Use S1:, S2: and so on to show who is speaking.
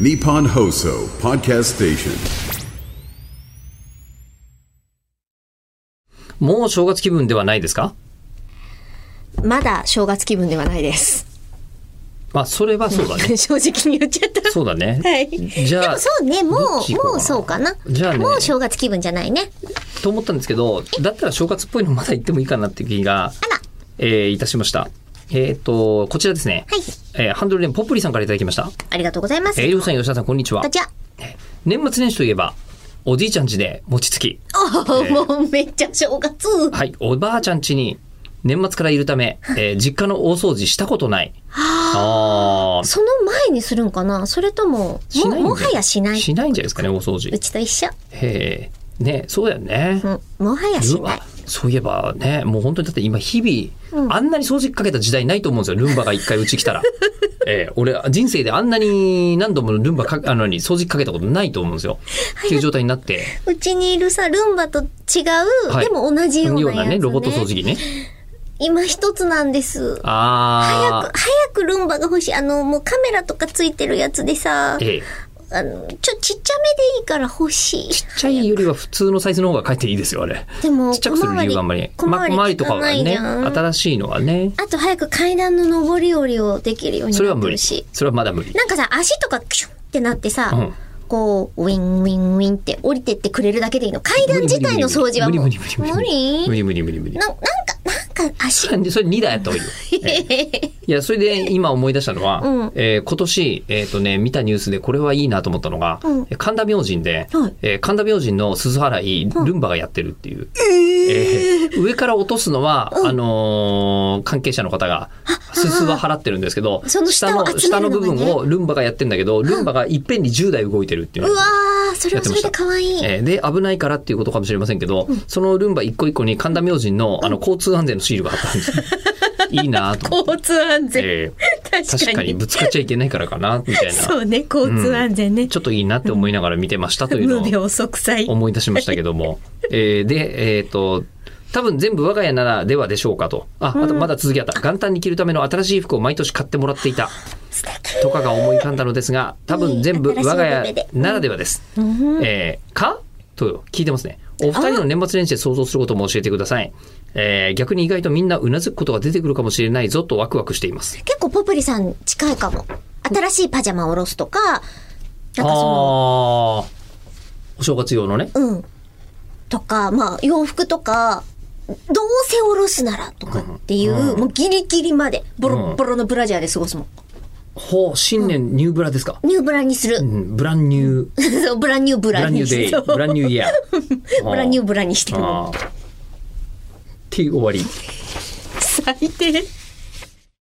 S1: Nippon Hoso Podcast Station.
S2: もう正月気分ではないですか
S3: まだ正月気分ではないです。
S2: まあ、それはそうだね。
S3: 正直に言っちゃった。
S2: そうだね。
S3: はい。
S2: じゃあ、
S3: そうね、もう
S2: どっち行、こ
S3: もうそうかな。
S2: じゃあね
S3: もう正月気分じゃないね。
S2: と思ったんですけど、だったら正月っぽいのまだ行ってもいいかなっていう気が、えーいたしました。えっ、と、こちらですね。
S3: はい
S2: えーハンドルネームポプリさんからいただきました。
S3: ありがとうございます。
S2: えー、りょうさん、吉田さん、こんにちは
S3: こん。にちは。
S2: 年末年始といえば、おじいちゃん家で餅つき。
S3: ああ、もうめっちゃ正月。
S2: はい、おばあちゃん家に、年末からいるため、えー実家の大掃除したことない。ああ。
S3: その前にするんかなそれとも、
S2: し
S3: も
S2: ないんじゃ
S3: もはやしない。
S2: しないんじゃないですかね、大掃除
S3: う。ちと一緒。
S2: へえ。ねそうだよね。
S3: うん、もはやし
S2: ル
S3: ない
S2: あ。そういえばねもう本当にだって今日々、あんなに掃除機かけた時代ないと思うんですよルンバが一回うち来 たら、えー俺人生であんなに何度もルンバかあのに掃除機かけたことないと思うんですよっていう状態になって
S3: うちにいるさ、ルンバと違う、
S2: はい
S3: でも同じような
S2: よ
S3: や
S2: う
S3: つ、
S2: な
S3: ね。
S2: ねロボット掃除機ね
S3: 今一つなんです。早
S2: あ
S3: く、早くルンバが欲しい。あの、もうカメラとかついてるやつでさ
S2: ー、ええ
S3: あの、ちょ、ちっちゃめでいいから欲しい。
S2: ちっちゃいよりは普通のサイズの方がかえっていいですよあれ
S3: でも
S2: ちっちゃくする理由があんまり
S3: 小回り
S2: ま小回りとかは
S3: 小回り
S2: ね
S3: じゃん
S2: 新しいのはね
S3: あと早く階段の上り下りをできるように
S2: それ
S3: な
S2: は
S3: って
S2: 無
S3: る
S2: 理
S3: し。
S2: それはまだ無理
S3: なんかさ、足とかクシュンってなってさ、
S2: うん
S3: こう、ウィンウィンウィンって降りてってくれるだけでいいの。階段自体の掃除はもう。
S2: 無理無理無理無理無理無理無理無理無理無理
S3: ななんか、なんか足、
S2: それ2台あった方 がいいよ。いや、それで今思い出したのは、
S3: うん
S2: えー今年、えっ、とね、見たニュースでこれはいいなと思ったのが、
S3: うん
S2: 神田明神で、
S3: はい
S2: えー神田明神の鈴払い、ルンバがやってるっていう。えー上から落とすのは、あのー関係者の方が、鈴は払ってるんですけど、
S3: その下を集
S2: 下の
S3: める
S2: 部
S3: のがね
S2: 分をルンバがやってんだけど、ルンバがいっぺんに10台動いてるっていうの
S3: う
S2: が
S3: わー、それはそれで可愛い。
S2: えーで危ないからっていうことかもしれませんけど、そのルンバ一個一個に神田明神のあの交通安全のシールが貼ったん ですよいいなと思って。
S3: 交通安全。
S2: えー
S3: 確か
S2: 確
S3: に。
S2: かにぶつかっちゃいけないからかなみたいな
S3: そうね、交通安全ね。
S2: ちょっといいなって思いながら見てましたというの
S3: 無
S2: を
S3: 病息災。
S2: 思い出しましたけども、えーでえっ、と多分全部我が家ならではでしょうかとああとまだ続きあった元旦に着るための新しい服を毎年買ってもらっていた
S3: 素敵。
S2: とかが思い浮かんだのですが多分全部
S3: いい新しい
S2: 我が
S3: 夢
S2: 家
S3: で
S2: ならではです、えーかと聞いてますねお二人の年末年始で想像することも教えてください、えー逆に意外とみんなうなずくことが出てくるかもしれないぞとワクワクしています
S3: 結構ポプリさん近いかも。新しいパジャマを下ろすとか、なんかそ
S2: ああ
S3: の、
S2: ーお正月用のね
S3: うん。とか、まあ、洋服とか、どうせ下ろすならとかっていう、もうギリギリまで、ボロッボロのブラジャーで過ごすもん。
S2: ほう新年ニューブラですか、
S3: ニューブラにする
S2: う。ん、ブランニューブ
S3: そうブランニューブ
S2: ラ
S3: ラ
S2: ンニュ
S3: に
S2: ーデ
S3: し
S2: イ
S3: て。そう
S2: ブランニューイヤー
S3: ブランニュー
S2: ブ
S3: ブラにしてる。
S2: っていう終わり
S3: 最低。